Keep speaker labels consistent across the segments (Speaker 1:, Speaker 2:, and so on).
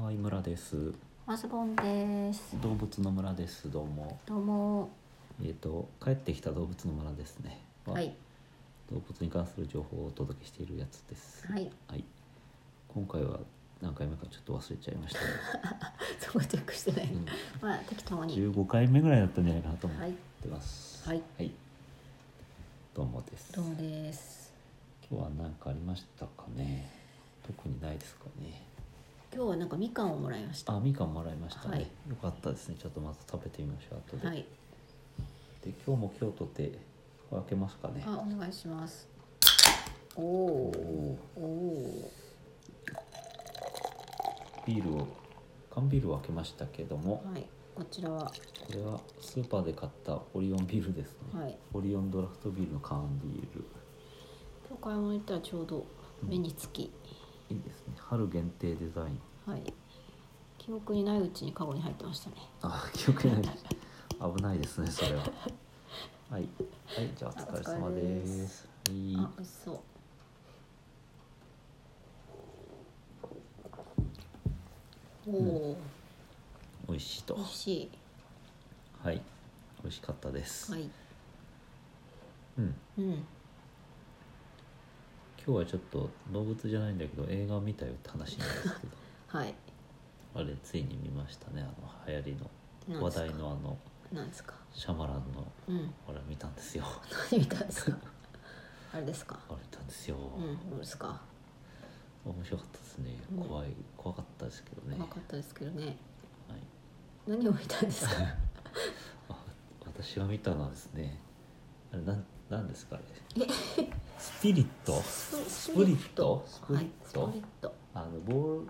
Speaker 1: はい村です
Speaker 2: マズボンです。
Speaker 1: 動物の村ですどうも
Speaker 2: どうも。
Speaker 1: えっ、と帰ってきた動物の村ですね
Speaker 2: はい。
Speaker 1: 動物に関する情報をお届けしているやつです
Speaker 2: はい。
Speaker 1: はい今回は何回目かちょっと忘れちゃいましたけ
Speaker 2: そこ はチェックしてない。
Speaker 1: ど、うん
Speaker 2: まあ、適当に。
Speaker 1: 15回目ぐらいだったんじゃないかなと思っ
Speaker 2: はい。
Speaker 1: てます
Speaker 2: はい、
Speaker 1: どうもです
Speaker 2: どうもです。
Speaker 1: 今日は何かありましたかね特にないですかね
Speaker 2: 今日はなんかみかんをもらいました。
Speaker 1: あみかんもらいましたね、
Speaker 2: はい
Speaker 1: よかったですねちょっとまた食べてみましょう後で、
Speaker 2: はい。
Speaker 1: で今日も今日とて開けますかね
Speaker 2: あ、お願いします。おおー。おお
Speaker 1: ビールを缶ビールを開けましたけども
Speaker 2: ー。はい。こちらは。
Speaker 1: これはスーパーで買ったオリオンビールですね、
Speaker 2: はい。
Speaker 1: オリオンドラフトビールの缶ビール
Speaker 2: 今日買い物行ったらちょうど目につき。
Speaker 1: いいですね春限定デザイン
Speaker 2: はい。記憶にないうちにカゴに入ってましたね。
Speaker 1: あ記憶にない危ないですねそ れははいはいじゃあお疲れ様ですはい
Speaker 2: あ、美味しそう。おおー。
Speaker 1: 美味しいと
Speaker 2: 美味しい。
Speaker 1: はい美味しかったです、
Speaker 2: はい。
Speaker 1: うん
Speaker 2: うん。
Speaker 1: 今日はちょっと動物じゃないんだけど映画を見たよって話なんです けど
Speaker 2: はい。
Speaker 1: あれついに見ましたねあの流行り
Speaker 2: なんです
Speaker 1: の
Speaker 2: か
Speaker 1: 話題のあの
Speaker 2: なんですか。
Speaker 1: シャマランの
Speaker 2: うん。
Speaker 1: あれ見たんですよあ
Speaker 2: 何見た んですか。あれですか。
Speaker 1: れ見たんですよ、
Speaker 2: うん。どうですか。
Speaker 1: 面白かったですね
Speaker 2: うん
Speaker 1: 怖い怖かったですけどね、
Speaker 2: 怖かったですけどね。
Speaker 1: はい、
Speaker 2: 何を見たんですか。
Speaker 1: あ 私が見たのはですねあれなんなんですかねスピリット
Speaker 2: ス
Speaker 1: プリット
Speaker 2: スプリットはい。スプリット。
Speaker 1: あのボール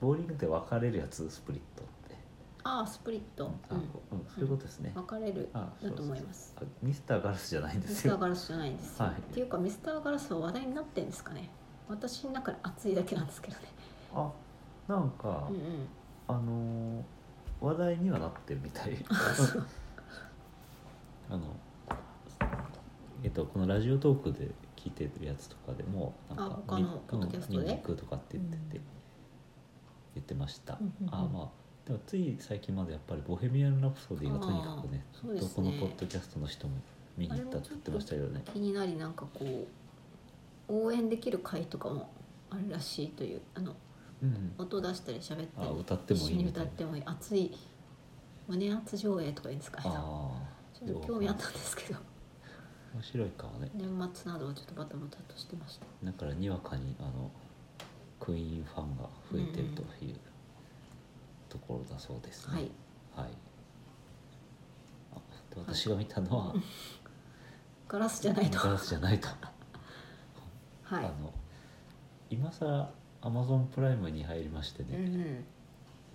Speaker 1: ボーリングで分かれるやつスプリットって
Speaker 2: ああ、スプリット。
Speaker 1: あ
Speaker 2: うん。
Speaker 1: うんそういうことですね、
Speaker 2: 分かれる。
Speaker 1: あそう
Speaker 2: だと思います。
Speaker 1: あミスターガラスじゃないんで
Speaker 2: ミス
Speaker 1: す
Speaker 2: ター
Speaker 1: よ
Speaker 2: ガラスじゃないんですよ。
Speaker 1: はい
Speaker 2: っていうか、ミスターガラスは話題になってんですかね。私の中で熱いだけなんですけどね。
Speaker 1: あなんか、
Speaker 2: うんうん。
Speaker 1: あのー話題にはなってるみ たい
Speaker 2: そう
Speaker 1: あのえっとこのラジオトークで聞いてるやつとかでもなん
Speaker 2: あ
Speaker 1: か
Speaker 2: 他のポッドキャストで
Speaker 1: 見に行くとかって言ってて、
Speaker 2: うん
Speaker 1: 言ってました、
Speaker 2: うんうんうん
Speaker 1: あまあでもつい最近までやっぱり「ボヘミアン・ラプソディ」がとにかくね
Speaker 2: あーそうですね
Speaker 1: どこのポッドキャストの人も見に行ったって言ってましたけどね
Speaker 2: 気になりなんかこう応援できる会とかもあるらしいというあの
Speaker 1: うん
Speaker 2: 音出したり喋っ
Speaker 1: あ
Speaker 2: たり
Speaker 1: 歌っても
Speaker 2: 一
Speaker 1: い
Speaker 2: 緒
Speaker 1: い
Speaker 2: に
Speaker 1: みたい
Speaker 2: 歌っ
Speaker 1: な
Speaker 2: てもいい熱い胸熱上映とかいいんですかね
Speaker 1: ああ
Speaker 2: ちょっと興味あったんですけど
Speaker 1: 面白いかもね
Speaker 2: 年末などはちょっとバタバタとしてました
Speaker 1: だからにわかにあのクイーンファンが増えてるというところだそうですね。
Speaker 2: はい、
Speaker 1: はいあで私が見たのは
Speaker 2: ガラスじゃないと
Speaker 1: ガラスじゃないと、
Speaker 2: は
Speaker 1: あ
Speaker 2: い
Speaker 1: の今更アマゾンプライムに入りまして
Speaker 2: うんう
Speaker 1: ね、
Speaker 2: ん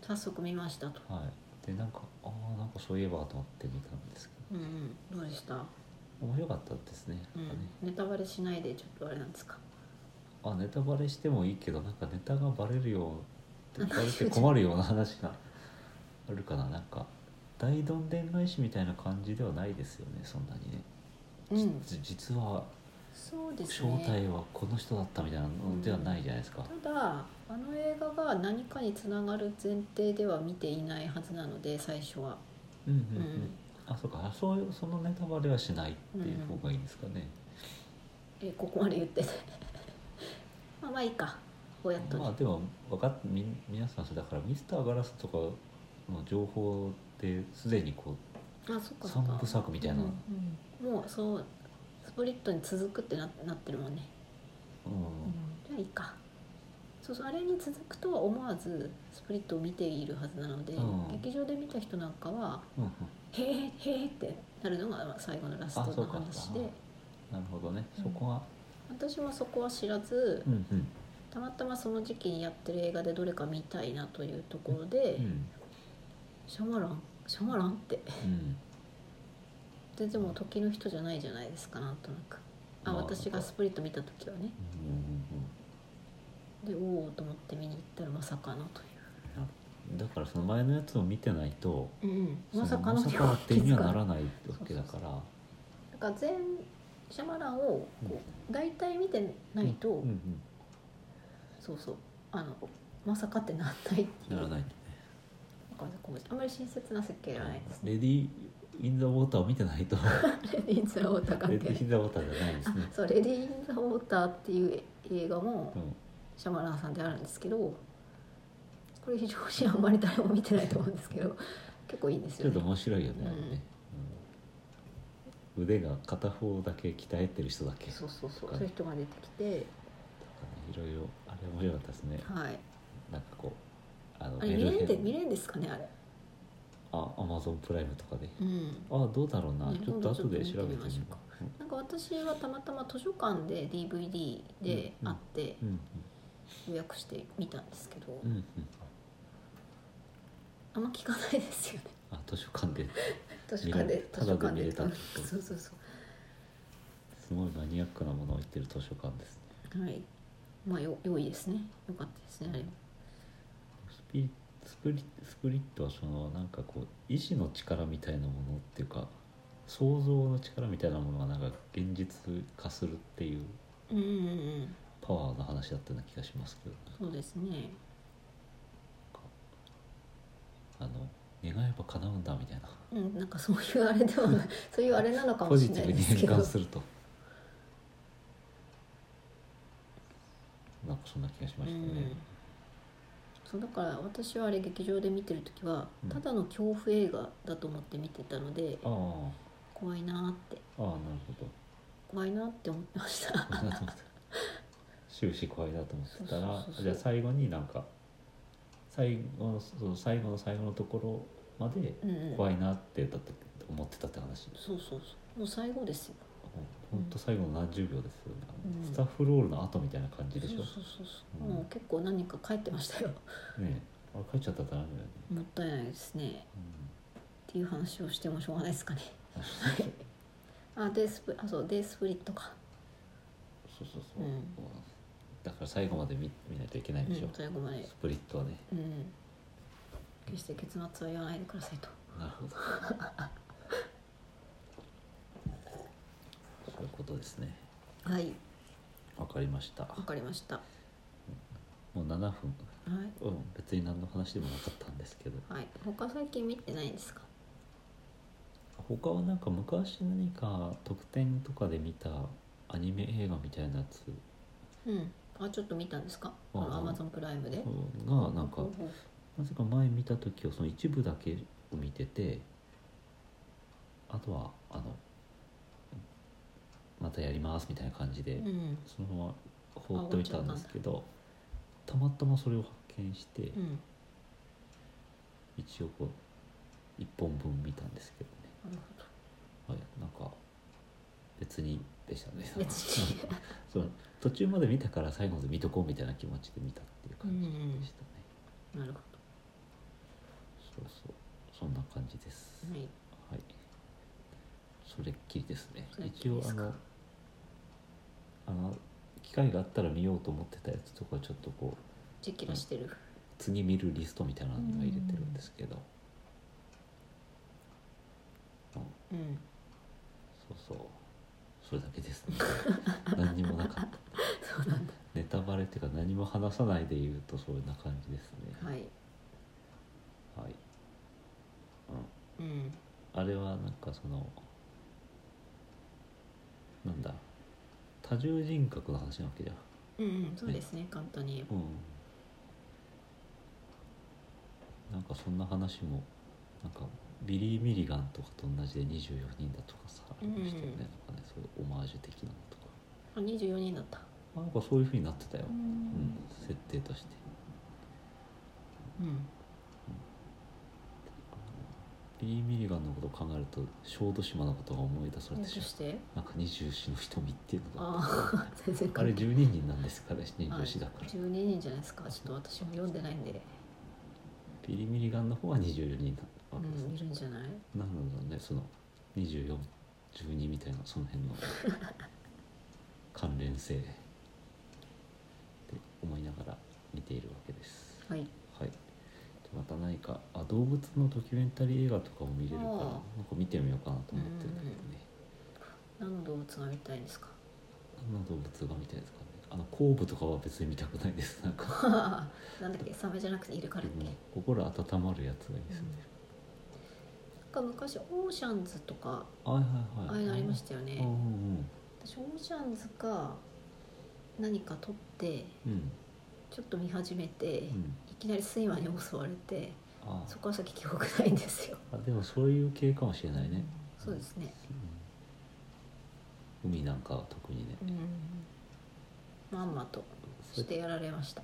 Speaker 2: 早速見ましたと
Speaker 1: はい、でなんかああんかそういえばと思って見たんですけ
Speaker 2: うんうんどうでした、
Speaker 1: ど面白かったですね,、
Speaker 2: う
Speaker 1: なんかね
Speaker 2: ん、ネタバレしないでちょっとあれなんですか
Speaker 1: あネタバレしてもいいけどなんかネタがバレるようバレて困るような話 があるかななんか大どんでん返しみたいな感じではないですよねそんなにね、
Speaker 2: うん
Speaker 1: じ実は
Speaker 2: そうです
Speaker 1: 正
Speaker 2: ね
Speaker 1: 体はこの人だったみたいなのではないじゃないですか、
Speaker 2: ただあの映画が何かにつながる前提では見ていないはずなので最初は、
Speaker 1: うんうん
Speaker 2: う
Speaker 1: うんんあそうかあそういうそのネタバレはしないっていう方がいいんですかね、
Speaker 2: えここまで言 っててまあまあいいかこうやっとね、
Speaker 1: まあでも分かっみ皆さんそうだからミスターガラスとかの情報ですでにこ
Speaker 2: あ、そ
Speaker 1: う
Speaker 2: っかそ
Speaker 1: 三
Speaker 2: っか
Speaker 1: 部作みたいな、うん
Speaker 2: うんもうそうスプリットに続くってななってるもんね、じゃあいいかそうそうあれに続くとは思わずスプリットを見ているはずなので、
Speaker 1: うん
Speaker 2: 劇場で見た人なんかは
Speaker 1: うんうん
Speaker 2: 「へえへえ」ってなるのがまあ最後のラス
Speaker 1: あそ
Speaker 2: ト
Speaker 1: う
Speaker 2: の
Speaker 1: か
Speaker 2: 話で
Speaker 1: なるほどね、
Speaker 2: うん
Speaker 1: そこは
Speaker 2: 私もそこは知らず、
Speaker 1: うんうん
Speaker 2: たまたまその時期にやってる映画でどれか見たいなというところで、
Speaker 1: うん
Speaker 2: シャマランシャマランって
Speaker 1: うん
Speaker 2: ででも時の人じゃないじゃないですかなんとなくあ
Speaker 1: まあ
Speaker 2: 私がスプリット見た時はね
Speaker 1: うんうん
Speaker 2: でおおと思って見に行ったらまさかのとい
Speaker 1: うんだからその前のやつを見てないと
Speaker 2: う、うん
Speaker 1: その
Speaker 2: まさかの
Speaker 1: ま
Speaker 2: に
Speaker 1: さかって意味はなら
Speaker 2: い
Speaker 1: ないわけだから
Speaker 2: だから全シャマランをこう大体見てないと、
Speaker 1: うんうん
Speaker 2: そうそうあのまさかってなんないっていう
Speaker 1: ならないんだね
Speaker 2: だからこうあんまり親切な設計じゃないですね
Speaker 1: レディー・イン・ザ・ウォーターを見てないと
Speaker 2: レディー・イン・ザ・ウォーター
Speaker 1: レ
Speaker 2: 関
Speaker 1: ディー・イ
Speaker 2: 係
Speaker 1: ン・ザ・ウォーターじゃないです
Speaker 2: あ
Speaker 1: ね、
Speaker 2: そう「レディー・イン・ザ・ウォーター」っていう映画も
Speaker 1: うん、
Speaker 2: シャマランさんであるんですけどこれ非常にあんまり誰も見てないと思うんですけど 結構いいんです
Speaker 1: ちょ
Speaker 2: よ
Speaker 1: っと
Speaker 2: ね
Speaker 1: 面白いよね、あれねうん腕が片方だけ鍛えてる人だけ
Speaker 2: そうそうそう
Speaker 1: はい
Speaker 2: そういう人が出てきて
Speaker 1: いろいろあれ面白かったですね
Speaker 2: はい
Speaker 1: なんかこうあの
Speaker 2: あれ見れん
Speaker 1: メ
Speaker 2: で
Speaker 1: ル
Speaker 2: 見
Speaker 1: ヘン
Speaker 2: れんですかねあれ
Speaker 1: あアマゾンプライムとかで
Speaker 2: うん
Speaker 1: あどうだろうな、
Speaker 2: ね
Speaker 1: ちょっと後で調べてみ
Speaker 2: 今度ちょっと見てみましょうかなんか私はたまたま図書館で DVD であって
Speaker 1: うん
Speaker 2: 予約して見たんですけど
Speaker 1: うんうんうん
Speaker 2: あんま聞かないです よね
Speaker 1: あ図書館 で
Speaker 2: 図書館で
Speaker 1: 見れ
Speaker 2: 図書館
Speaker 1: ただで見れた
Speaker 2: で
Speaker 1: ってこと
Speaker 2: そうそうそ
Speaker 1: すごいマニアックなものを言ってる図書館です
Speaker 2: うはいまあよ良いですね良かったですねあれも
Speaker 1: スピリスプリスプリットはそのなんかこう意志の力みたいなものっていうか想像の力みたいなものがなんか現実化するっていう
Speaker 2: うんうんうん
Speaker 1: パワーの話だったような気がしますけどなん
Speaker 2: そうですね
Speaker 1: かあの願えば叶うんだみたいな
Speaker 2: うんなんかそういうあれで はないそういうあれなのか
Speaker 1: ポ
Speaker 2: もし
Speaker 1: ジ
Speaker 2: れ
Speaker 1: ティ
Speaker 2: ない
Speaker 1: ブ
Speaker 2: で
Speaker 1: に
Speaker 2: す
Speaker 1: 変
Speaker 2: けど
Speaker 1: 換するとなんかそんな気がしましたね、
Speaker 2: うんそうだから私はあれ劇場で見てる時は
Speaker 1: うん
Speaker 2: ただの恐怖映画だと思って見てたので
Speaker 1: ああ
Speaker 2: 怖いなーって
Speaker 1: ああなるほど
Speaker 2: 怖いなーって思ってました
Speaker 1: 怖いなと思って 終始怖いなと思ってたら
Speaker 2: そうそうそうそう
Speaker 1: じゃあ最後になんか最後のその最後の最後のところまで
Speaker 2: うん、うん、
Speaker 1: 怖いなってだって思ってたって話
Speaker 2: そうそうそうもう最後ですよ
Speaker 1: ほんと最後の何十秒ですよね、
Speaker 2: うん
Speaker 1: スタッフロールの後みたいな感じ
Speaker 2: そう
Speaker 1: でし
Speaker 2: そう
Speaker 1: ょ、
Speaker 2: そうそう、
Speaker 1: うん
Speaker 2: もう結構何か書いてましたよ
Speaker 1: ね えあれ帰っちゃったらダメだよね、
Speaker 2: もったいないですね
Speaker 1: うん
Speaker 2: っていう話をしてもしょうがないですかね はいあデイスプあそうデイスプリットか
Speaker 1: そうそうそう、
Speaker 2: うん
Speaker 1: だから最後まで見見ないといけないん
Speaker 2: う
Speaker 1: でしょ、
Speaker 2: ん最後まで
Speaker 1: スプリットはね
Speaker 2: うん決して結末は言わないでくださいと
Speaker 1: なるほどそういうことですね
Speaker 2: はい
Speaker 1: わかりました
Speaker 2: わかりましたは
Speaker 1: もう7分
Speaker 2: い
Speaker 1: うん別に何の話でもなかったんですけど
Speaker 2: はい、他最近見てないんですか。
Speaker 1: 他はなんか昔何か特典とかで見たアニメ映画みたいなやつ
Speaker 2: うん、あ、ちょっと見たんですか。
Speaker 1: あ
Speaker 2: あ
Speaker 1: あ
Speaker 2: のアマゾンプライムで。
Speaker 1: うんがなんか
Speaker 2: ほうほう
Speaker 1: なぜか前見た時はその一部だけを見ててあとはあのまたやりますみたいな感じで、
Speaker 2: うん、
Speaker 1: そのまま放っておいたんですけどたまたまそれを発見して、
Speaker 2: うん、
Speaker 1: 一応こう1本分見たんですけどね、
Speaker 2: な
Speaker 1: は
Speaker 2: る
Speaker 1: い、なんか別にでしたね
Speaker 2: ほど。別に。
Speaker 1: その途中まで見たから最後まで見とこうみたいな気持ちで見たっていう
Speaker 2: う
Speaker 1: 感じで
Speaker 2: ん
Speaker 1: したね、
Speaker 2: なるほ
Speaker 1: そうそうそんな感じです、
Speaker 2: ど。はい。
Speaker 1: はい。それっきりですね
Speaker 2: それっき
Speaker 1: 一
Speaker 2: り
Speaker 1: 応
Speaker 2: で
Speaker 1: あ
Speaker 2: すか
Speaker 1: のあの機会があったら見ようと思ってたやつとかちょっとこう
Speaker 2: チェキラしてる。
Speaker 1: 次見るリストみたいなのが入れてるんですけど、うん
Speaker 2: うん。
Speaker 1: そうそうそれだけです ね何にもなかった
Speaker 2: そうなんだ。
Speaker 1: ネタバレっていうか何も話さないで言うとそんな感じですね
Speaker 2: はい。
Speaker 1: はい、
Speaker 2: うん。
Speaker 1: うん、あれはなんかそのなんだ多重人格の話なわけじゃん
Speaker 2: うん、うん、そうですね。簡単に言えば。
Speaker 1: うんなんかそんな話もなんかビリー・ミリガンとかと同じで24人だとかさありましたよね、
Speaker 2: うん
Speaker 1: なんかねそういうオマージュ的なのとか
Speaker 2: あ、二十四人だった。
Speaker 1: なんかそういう風になってたよ、
Speaker 2: う
Speaker 1: うん
Speaker 2: ん。、
Speaker 1: 設定として
Speaker 2: うん。
Speaker 1: ビリー・ミリガンのことを考えると小豆島のことが思い出され
Speaker 2: どう
Speaker 1: てしま
Speaker 2: して。
Speaker 1: うなんか二十四の瞳っていうのが
Speaker 2: ああ、 全然
Speaker 1: あ
Speaker 2: 関
Speaker 1: れ
Speaker 2: 係
Speaker 1: 12人なんですかね二
Speaker 2: ない。
Speaker 1: 十四だから、
Speaker 2: 十二人じゃないですか。ちょっと私も読んでないんで。
Speaker 1: ビリー・ミリガンの方は24人な
Speaker 2: う
Speaker 1: わけですね
Speaker 2: ん、いるんじゃない。
Speaker 1: なんなんだろうねその2412みたいなその辺 の関連性って思いながら見ているわけです
Speaker 2: はい。
Speaker 1: はいまた何かあ動物のドキュメンタリー映画とかも見れるから
Speaker 2: あ
Speaker 1: なん
Speaker 2: あ
Speaker 1: か見てみようかなと思ってるんだけどね
Speaker 2: 何の動物が見たいんですか。
Speaker 1: 何の動物が見たいですかねあの後部とかは別に見たくないですなんか
Speaker 2: あなんだっけサメじゃなくてイルカだっけ、なん
Speaker 1: 心温まるやつがいいですね、
Speaker 2: か昔オーシャンズとか
Speaker 1: はいはい
Speaker 2: あ
Speaker 1: は
Speaker 2: あ
Speaker 1: い
Speaker 2: いうのありましたよ
Speaker 1: うんう
Speaker 2: ね
Speaker 1: ん
Speaker 2: 私オーシャンズか何か撮って
Speaker 1: うんうん
Speaker 2: ちょっと見始めて、
Speaker 1: う
Speaker 2: い
Speaker 1: ん
Speaker 2: きなり睡魔に襲われて
Speaker 1: あ
Speaker 2: そこから先記憶ないんですよ
Speaker 1: あでもそういう系かもしれないね、
Speaker 2: そうですね
Speaker 1: うん海なんかは特にね
Speaker 2: うんまんまと
Speaker 1: そ
Speaker 2: し
Speaker 1: うやって
Speaker 2: てやられました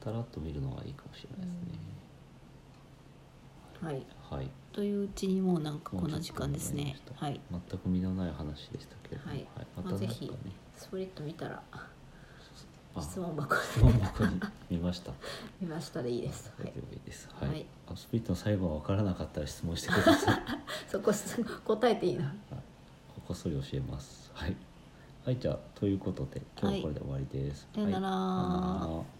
Speaker 1: たらっと見るのがいいかもしれないですね、
Speaker 2: はい
Speaker 1: はい
Speaker 2: といううちにもうなんかこんな時間ですね
Speaker 1: もうちょっと
Speaker 2: はい
Speaker 1: 全く身のない話でしたけれども、
Speaker 2: はい
Speaker 1: また
Speaker 2: ま
Speaker 1: な
Speaker 2: あ
Speaker 1: んか
Speaker 2: ぜ
Speaker 1: ね
Speaker 2: ひスプリット見たら
Speaker 1: あ
Speaker 2: 質問箱で
Speaker 1: 質問箱に見ま した
Speaker 2: 見ましたでいいですは
Speaker 1: 大
Speaker 2: い
Speaker 1: 丈夫いいですはい、
Speaker 2: はい
Speaker 1: あスピリットの最後が分からなかったら質問してくだ さい
Speaker 2: そこす答えていいな
Speaker 1: こっそり教えますはいはいじゃあということで今日はこれで終わりです、
Speaker 2: さよなら
Speaker 1: はいさよなら